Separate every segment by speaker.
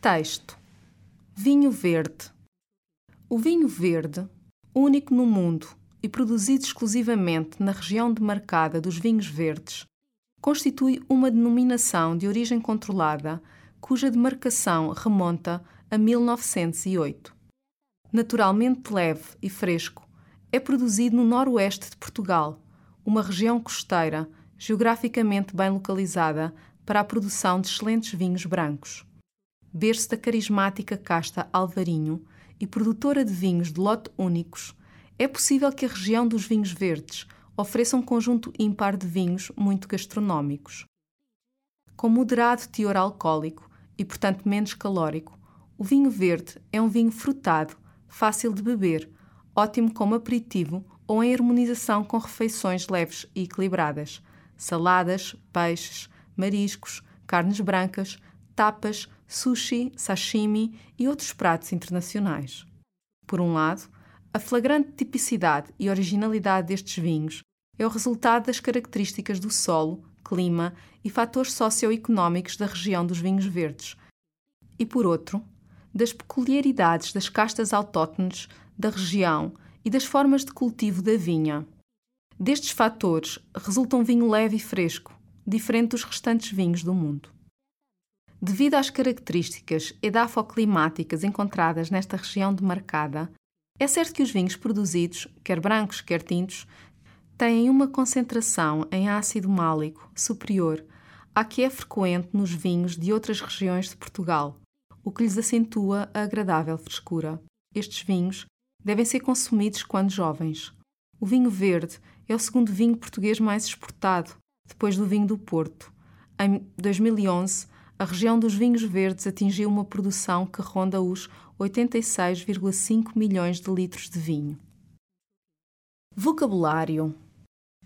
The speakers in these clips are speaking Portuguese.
Speaker 1: Texto: Vinho Verde. O vinho verde, único no mundo e produzido exclusivamente na região demarcada dos vinhos verdes, constitui uma denominação de origem controlada cuja demarcação remonta a 1908. Naturalmente leve e fresco, é produzido no noroeste de Portugal, uma região costeira geograficamente bem localizada para a produção de excelentes vinhos brancos. Berço da carismática casta Alvarinho e produtora de vinhos de lote únicos, é possível que a região dos vinhos verdes ofereça um conjunto ímpar de vinhos muito gastronómicos. Com moderado teor alcoólico e, portanto, menos calórico, o vinho verde é um vinho frutado, fácil de beber, ótimo como aperitivo ou em harmonização com refeições leves e equilibradas, saladas, peixes, mariscos, carnes brancas, tapas, sushi, sashimi e outros pratos internacionais. Por um lado, a flagrante tipicidade e originalidade destes vinhos é o resultado das características do solo, clima e fatores socioeconómicos da região dos vinhos verdes. E por outro, das peculiaridades das castas autóctones da região e das formas de cultivo da vinha. Destes fatores resulta um vinho leve e fresco, diferente dos restantes vinhos do mundo. Devido às características edafoclimáticas encontradas nesta região demarcada, é certo que os vinhos produzidos, quer brancos, quer tintos, têm uma concentração em ácido málico superior à que é frequente nos vinhos de outras regiões de Portugal, o que lhes acentua a agradável frescura. Estes vinhos devem ser consumidos quando jovens. O vinho verde é o segundo vinho português mais exportado, depois do vinho do Porto. Em 2011, a região dos vinhos verdes atingiu uma produção que ronda os 86,5 milhões de litros de vinho. Vocabulário: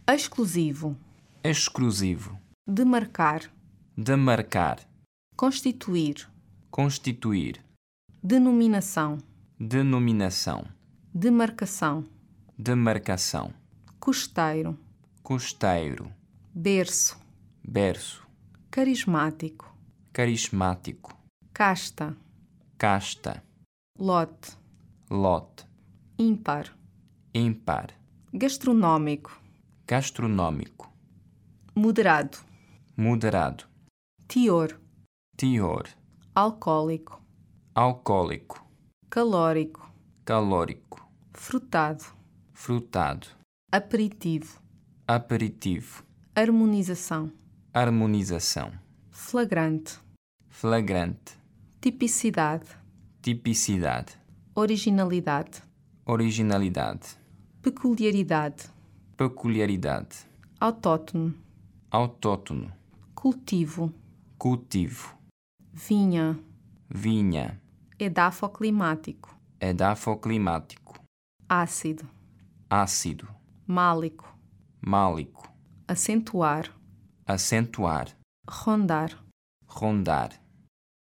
Speaker 1: exclusivo,
Speaker 2: exclusivo,
Speaker 1: demarcar,
Speaker 2: demarcar,
Speaker 1: constituir,
Speaker 2: constituir,
Speaker 1: denominação,
Speaker 2: denominação,
Speaker 1: demarcação,
Speaker 2: demarcação,
Speaker 1: costeiro,
Speaker 2: costeiro,
Speaker 1: berço,
Speaker 2: berço,
Speaker 1: carismático,
Speaker 2: carismático,
Speaker 1: casta,
Speaker 2: casta,
Speaker 1: lote,
Speaker 2: lote,
Speaker 1: ímpar,
Speaker 2: ímpar,
Speaker 1: gastronómico,
Speaker 2: gastronómico,
Speaker 1: moderado,
Speaker 2: moderado,
Speaker 1: teor,
Speaker 2: teor,
Speaker 1: alcoólico,
Speaker 2: alcoólico,
Speaker 1: calórico,
Speaker 2: calórico,
Speaker 1: frutado,
Speaker 2: frutado,
Speaker 1: aperitivo,
Speaker 2: aperitivo,
Speaker 1: harmonização,
Speaker 2: harmonização,
Speaker 1: flagrante,
Speaker 2: flagrante,
Speaker 1: tipicidade,
Speaker 2: tipicidade,
Speaker 1: originalidade,
Speaker 2: originalidade,
Speaker 1: peculiaridade,
Speaker 2: peculiaridade,
Speaker 1: autóctone,
Speaker 2: autóctono,
Speaker 1: cultivo,
Speaker 2: cultivo,
Speaker 1: vinha,
Speaker 2: vinha,
Speaker 1: edafoclimático,
Speaker 2: edafoclimático,
Speaker 1: ácido,
Speaker 2: ácido,
Speaker 1: málico,
Speaker 2: málico,
Speaker 1: acentuar,
Speaker 2: acentuar,
Speaker 1: rondar,
Speaker 2: rondar,